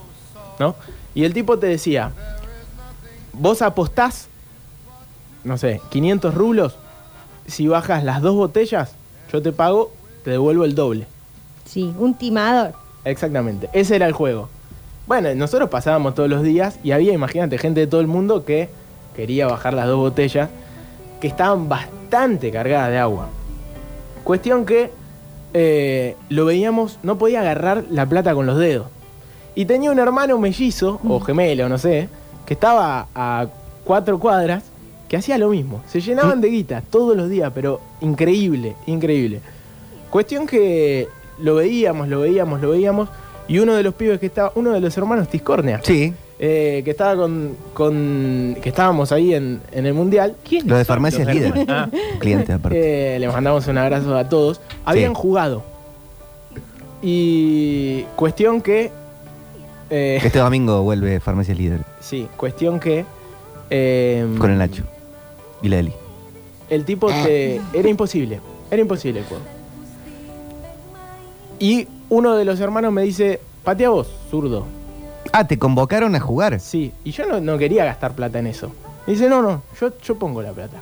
¿no? Y el tipo te decía, vos apostás, no sé, 500 rublos, si bajas las dos botellas, yo te pago, te devuelvo el doble.
Sí, un timador.
Exactamente, ese era el juego. Bueno, nosotros pasábamos todos los días y había, imagínate, gente de todo el mundo que quería bajar las dos botellas, que estaban bastante cargadas de agua. Cuestión que eh, lo veíamos, no podía agarrar la plata con los dedos. Y tenía un hermano mellizo, o gemelo, no sé, que estaba a cuatro cuadras, que hacía lo mismo. Se llenaban de guita todos los días, pero increíble, increíble. Cuestión que lo veíamos, lo veíamos, lo veíamos, y uno de los pibes que estaba, uno de los hermanos Tiscornia,
Sí,
eh, que estaba con, con- que estábamos ahí en, en el Mundial,
lo de farmacia es
Los
líder.
hermanos.
Cliente aparte.
eh, le mandamos un abrazo a todos. Habían jugado. Y cuestión que. eh,
Este domingo vuelve farmacia es líder
sí, cuestión que. eh,
con el Nacho y la Eli.
el tipo te. Era imposible. Era imposible el juego. Y uno de los hermanos me dice: Patea vos, zurdo.
Ah, te convocaron a jugar.
Sí. Y yo no, no quería gastar plata en eso. Me dice: No, no, yo, yo pongo la plata.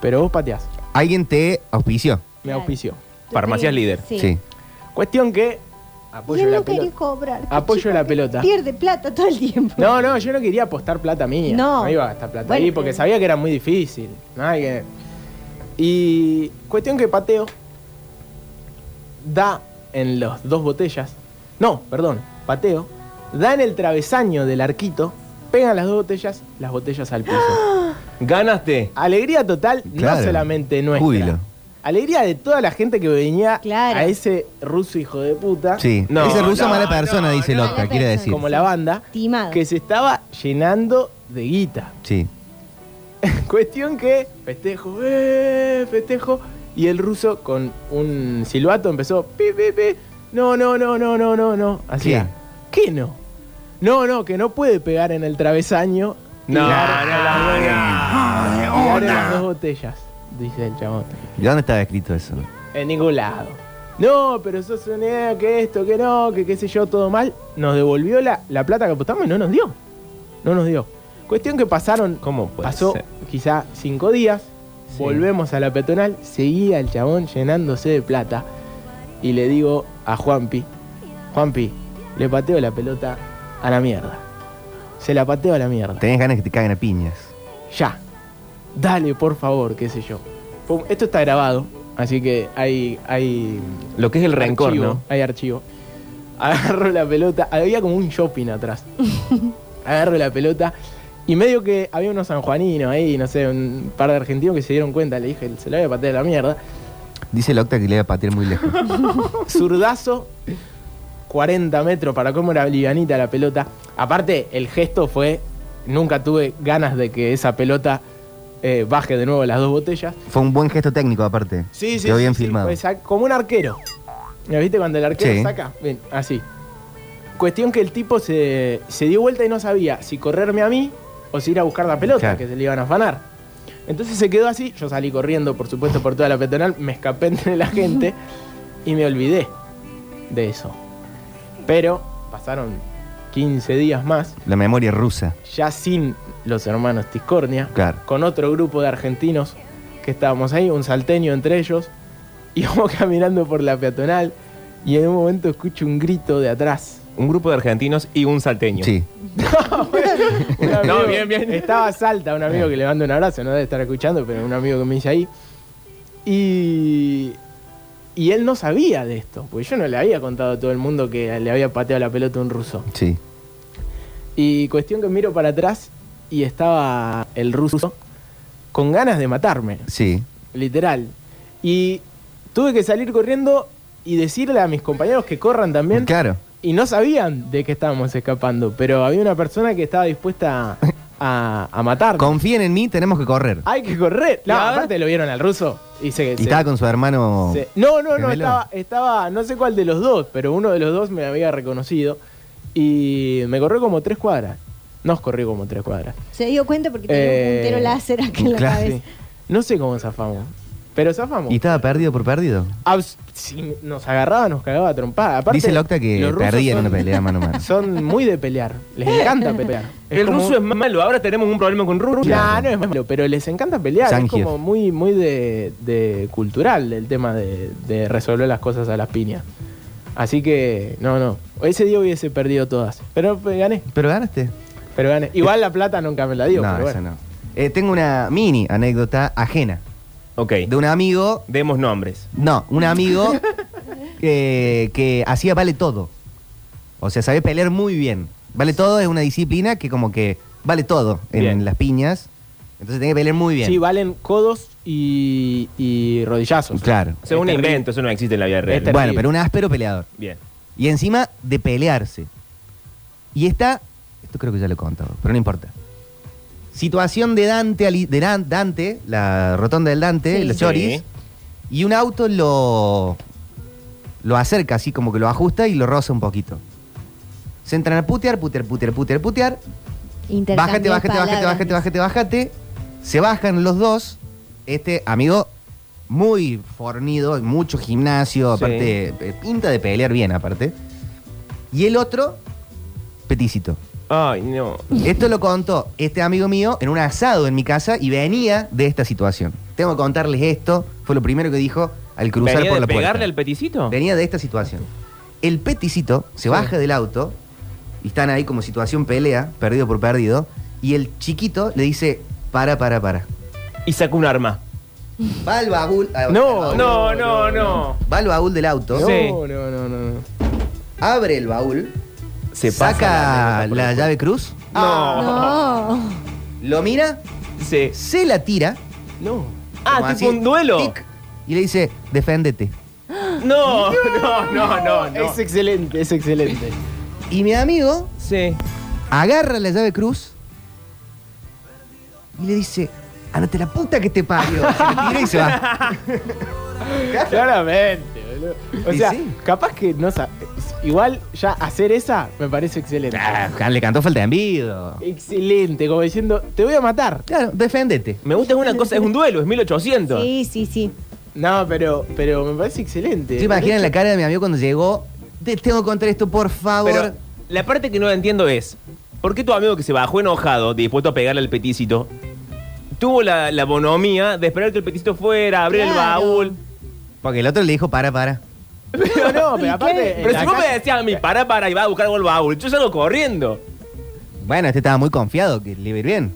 Pero vos pateás.
Alguien te auspició.
Me auspició.
Farmacias líder.
Sí.
Cuestión que.
Y
Apoyo
él
la
no quería
pelota.
cobrar.
Apoyo
chico,
la
que
pelota.
Pierde plata todo el tiempo.
No, no, yo no quería apostar plata mía.
No.
No. iba a gastar plata
Bueno,
ahí porque
pero-
sabía que era muy difícil. Nada que- Y cuestión que pateo da en los dos botellas. No, perdón, pateo. Da en el travesaño del arquito, pegan las dos botellas, las botellas al
¡Ah!
piso.
Ah. Ganaste.
Alegría total,
Claro.
no solamente nuestra.
Júbilo.
Alegría de toda la gente que venía
Claro.
a ese ruso hijo de puta.
Sí.
No,
Ese ruso
no,
mala persona,
no,
dice
no.
Locke,
Mala
quiere
persona.
decir.
Como la banda.
Timado.
Que se estaba llenando de guita.
Sí.
Cuestión que festejo, eh, festejo. Y el ruso con un silbato empezó, pi, pi, pi. No, no, no, no, no, no, no. Así.
¿Qué?
¿Qué no? No, no, que no puede pegar en el travesaño. y
No,
dar-
no, no,
y dar en las dos botellas, dice el chabón.
¿Y dónde estaba escrito eso?
En ningún lado. No, pero sos una idea, que esto, que no, que qué sé yo, todo mal. Nos devolvió la, la plata que apostamos y no nos dio. No nos dio. Cuestión que pasaron
¿Cómo puede
Pasó
ser?
quizá cinco días, volvemos a la peatonal, seguía el chabón llenándose de plata y le digo a Juanpi, Juanpi, le pateo la pelota a la mierda. Se la pateo a la mierda.
Tenés ganas que te caguen a piñas.
Ya. Dale, por favor, qué sé yo. Pum, Esto está grabado, así que hay... hay
Lo que es el rencor,
archivo,
¿no?
Hay archivo. Agarro la pelota, había como un shopping atrás. Agarro la pelota y medio que había unos sanjuaninos ahí, no sé, un par de argentinos que se dieron cuenta, le dije, se la voy a patear a la mierda.
Dice Locta que le iba a patear muy lejos.
Zurdazo, 40 metros para cómo era livianita la pelota. Aparte, el gesto fue, nunca tuve ganas de que esa pelota eh, baje de nuevo las dos botellas.
Fue un buen gesto técnico aparte.
Sí, sí.
Quedó
sí,
bien
sí,
filmado.
fue sac- como un arquero. ¿Me viste cuando el arquero
Sí.
saca? Bien, así. Cuestión que el tipo se, se dio vuelta y no sabía si correrme a mí o si ir a buscar la pelota,
Claro.
que se le iban a afanar. Entonces se quedó así, yo salí corriendo, por supuesto, por toda la peatonal, me escapé entre la gente y me olvidé de eso. Pero pasaron 15 días más,
La memoria rusa.
ya sin los hermanos Tiscornia,
Claro.
con otro grupo de argentinos que estábamos ahí, un salteño entre ellos, íbamos caminando por la peatonal y en un momento escucho un grito de atrás.
Un grupo de argentinos y un salteño.
Sí.
Un
No, bien, bien.
Estaba Salta, un amigo que le mando un abrazo, no debe estar escuchando, pero un amigo que me hice ahí. Y, y él no sabía de esto, porque yo no le había contado a todo el mundo que le había pateado la pelota a un ruso.
Sí.
Y cuestión que miro para atrás y estaba el ruso con ganas de matarme.
Sí.
Literal. Y tuve que salir corriendo y decirle a mis compañeros que corran también.
Claro.
Y no sabían de qué estábamos escapando, pero había una persona que estaba dispuesta a, a, a matarnos.
Confíen en mí, tenemos que correr.
Hay que correr. No,
¿Y ahora?
aparte lo vieron al ruso. Y se,
Y
se-
estaba con su hermano.
se- no, no, no,
Gemelo.
estaba, estaba, no sé cuál de los dos, pero uno de los dos me había reconocido. Y me corrió como tres cuadras. Nos corrió como tres cuadras.
Se dio cuenta porque tenía un
Eh,
puntero láser acá en la
claro,
cabeza.
Sí. No sé cómo zafamos. Pero zafamos.
Y estaba perdido por perdido.
Abs- si nos agarraba, nos cagaba a trompada. Aparte,
Dice Locta que
los rusos
perdía en
son-
una pelea mano a mano.
Son muy de pelear. Les encanta pelear.
El
como-
ruso es malo, ahora tenemos un problema con Rusia.
Nah, no es malo, pero les encanta pelear.
Zangief.
Es como muy, muy de, de cultural el tema de, de resolver las cosas a las piñas. Así que, no, no. Ese día hubiese perdido todas. Pero eh, gané,
Pero ganaste.
pero gané. Igual la plata nunca me la dio.
no,
pero
eso
bueno.
no. Eh, tengo una mini anécdota ajena.
Ok.
De un amigo.
Demos nombres.
No, un amigo eh, que hacía vale todo. O sea, sabía pelear muy bien. Vale todo es una disciplina que como que vale todo en
Bien.
las piñas. Entonces tenía que pelear muy bien.
Sí, valen codos y, y rodillazos.
Claro.
O sea, un
Es terrible.
invento, eso no existe en la vida real.
terrible.
Bueno, pero un áspero peleador.
Bien.
Y encima de pelearse. Y está, esto creo que ya lo he contado, pero no importa. Situación de Dante, ali- de Dan- Dante la rotonda del Dante,
Sí.
los choris,
Sí.
y un auto lo, lo acerca así, como que lo ajusta y lo roza un poquito. Se entran a putear, putear, putear, putear, putear.
Intercambio
Bájate,
de
bájate, bájate,
palabras.
bájate, bájate, bájate. Se bajan los dos. este amigo muy fornido, mucho gimnasio,
Sí.
aparte, eh, pinta de pelear bien, aparte. Y el otro, peticito.
Ay, no.
Esto lo contó este amigo mío en un asado en mi casa y venía de esta situación. Tengo que contarles esto, fue lo primero que dijo al cruzar
¿Venía
por
de
la puerta.
pegarle al peticito?
Venía de esta situación. El peticito se baja del auto y están ahí como situación pelea, perdido por perdido, y el chiquito le dice, para, para, para.
Y sacó un arma.
Va al baúl, al-
No,
al baúl-
No,
no,
no,
no.
no.
va al baúl del auto,
Sí.
No, no, no, no.
abre el baúl,
Se pasa
saca la,
anécdota por el
llave cruz,
No.
No.
lo mira,
culo. Sí.
se la tira.
No.
Ah,
como
tipo
así,
un duelo.
tic, y le dice, deféndete.
No, no, no, no, no.
Es excelente, es excelente.
Y mi amigo
Sí.
agarra la llave cruz y le dice, andate la puta que te parió. Se la tira y se va.
Claramente, boludo. O
Y
sea,
sí.
capaz que no sa- Igual ya hacer esa me parece excelente.
Ah, le cantó falta de envido.
Excelente, como diciendo, te voy a matar.
Claro, deféndete.
Me gusta, es una cosa, es un duelo, es 1800.
Sí, sí, sí.
No, pero, pero me parece excelente.
¿Se imaginan la cara de mi amigo cuando llegó? Te tengo que contar esto, por favor.
Pero la parte que no entiendo es, ¿por qué tu amigo que se bajó enojado, dispuesto a pegarle al peticito, tuvo la, la bonomía de esperar que el peticito fuera, abrir el
Claro. Eh,
baúl?
Porque el otro le dijo, para, para.
No, no, pero aparte. en
Pero
la
si vos
casa-
me decías a mí, pará, pará, y va a buscar algo el baúl, yo salgo corriendo.
Bueno, este estaba muy confiado que le iba a ir bien.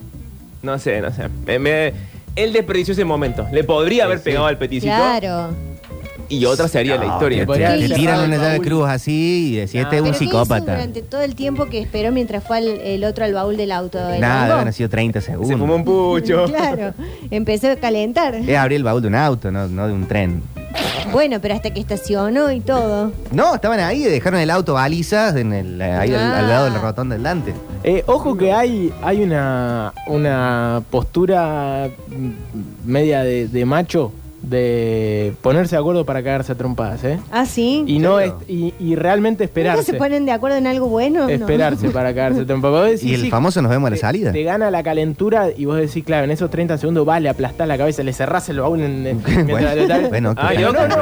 No sé, no sé. Me- me- él desperdició ese momento. Le podría haber
sí.
pegado al peticito
Claro.
y otra sería la
No,
historia.
que Te,
Podría
te
haber
tiran
cerrado
una
el
llave
baúl.
cruz así y decís, este
No.
es un
¿Pero qué hizo
psicópata.
durante todo el tiempo que esperó mientras fue al- el otro al baúl del auto? ¿El
Nada,
hongo?
deben haber sido 30 segundos.
Se fumó un pucho.
Claro, empezó a calentar.
Es abrir el baúl de un auto, no, no de un tren.
Bueno, pero hasta que estacionó y todo.
No, estaban ahí, dejaron el auto balizas en el, eh, ahí al,
Ah.
al lado del ratón del Dante.
Eh, ojo que hay, hay una, una postura mm, media de, de macho de ponerse de acuerdo para cagarse a trompadas, ¿eh?
Ah, sí.
Y,
¿En
no es,
serio?
y, y realmente
¿Nunca
esperarse.
se ponen de acuerdo en algo bueno? No.
Esperarse para cagarse a trompadas. Vos decís,
y el
sí,
famoso nos vemos a la
te-
salida.
Te gana la calentura y vos decís, claro, en esos 30 segundos vas, le aplastás la cabeza, le cerrás el baúl en, en- mientras Ah, lo tal-
bueno,
Ay,
claro.
Octa, no,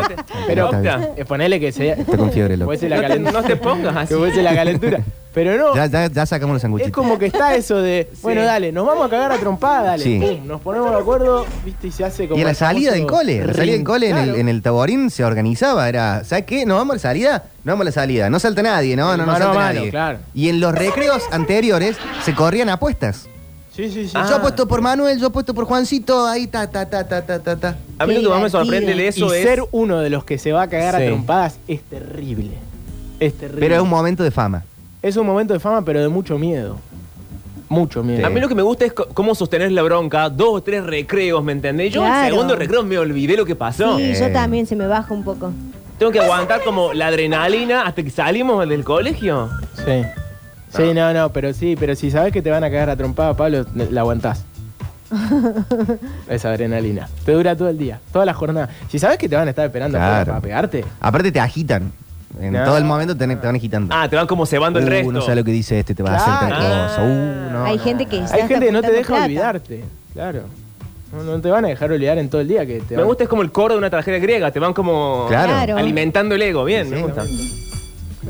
pero-
Está bien.
Eh, Ponele que sea.
Está con fiebre, loco.
Puede ser la
no te,
calentura.
no te pongas así.
que fuese la calentura. Pero no,
Ya, ya- ya sacamos los
es
sanguchitos.
como que está eso de, bueno, dale, nos vamos a cagar a trompada, dale.
Sí.
pum, nos ponemos de acuerdo, viste, y se hace como.
Y a la
el
salida del
famoso
cole, a la salida del
ring.
cole en, el,
Claro.
en el taborín se organizaba, era, ¿sabes qué? ¿Nos vamos a la salida? No vamos a la salida, no salta nadie, no, no, no,
Mano a
salta
mano,
nadie.
claro.
Y en los recreos anteriores se corrían apuestas.
Sí, sí, sí.
Ah.
Yo apuesto por Manuel, yo apuesto por Juancito, ahí ta, ta, ta, ta, ta, ta, ta.
A mí lo que más me sorprende de
Y
eso es...
ser uno de los que se va a cagar
Sí.
a trompadas es terrible. Es terrible.
Pero es un momento de fama.
Es un momento de fama, pero de mucho miedo. Mucho miedo.
A mí lo que me gusta es co- cómo sostener la bronca, dos o tres recreos, ¿me entendés? Yo en el
Claro.
segundo recreo me olvidé lo que pasó.
Sí,
Eh.
yo también se me baja un poco.
Tengo que aguantar como la adrenalina hasta que salimos del colegio.
Sí. Sí, no, no, pero sí, pero si sabes que te van a cagar a trompada, Pablo, ne- la aguantás. Esa adrenalina. Te dura todo el día, toda la jornada. Si sabes que te van a estar esperando afuera
Claro.
para pegarte,
Aparte te agitan. En
No.
todo el momento te, te van agitando.
Ah, te van como cebando el
Uh,
resto.
no sé lo que dice este, te va a hacer tal
Claro.
cosa. Uh, no,
Hay
no.
gente que ya
hay
está
gente que no te
juntando
deja
plata.
olvidarte. Claro. No, no te van a dejar olvidar en todo el día que te
Me
van-
gusta es como el coro de una tragedia griega, te van como
Claro.
Claro.
alimentando el ego, bien, me
Sí,
gusta.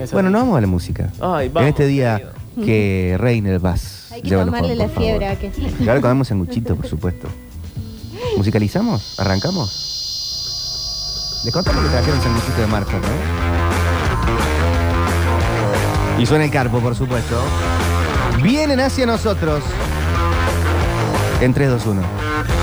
Esa-
Bueno, no vamos a la música.
Ay,
en
vamos,
este día
querido.
que reine el vaz.
Hay que
Llévalo,
tomarle
Juan,
la
por favor.
fiebre a que-
Claro, comemos sanguchito, por supuesto. ¿Musicalizamos? ¿Arrancamos? Les contamos que trajeron sanguchito de marzo, ¿no? Y suena el carpo, por supuesto. Vienen hacia nosotros. En 3, 2, 1.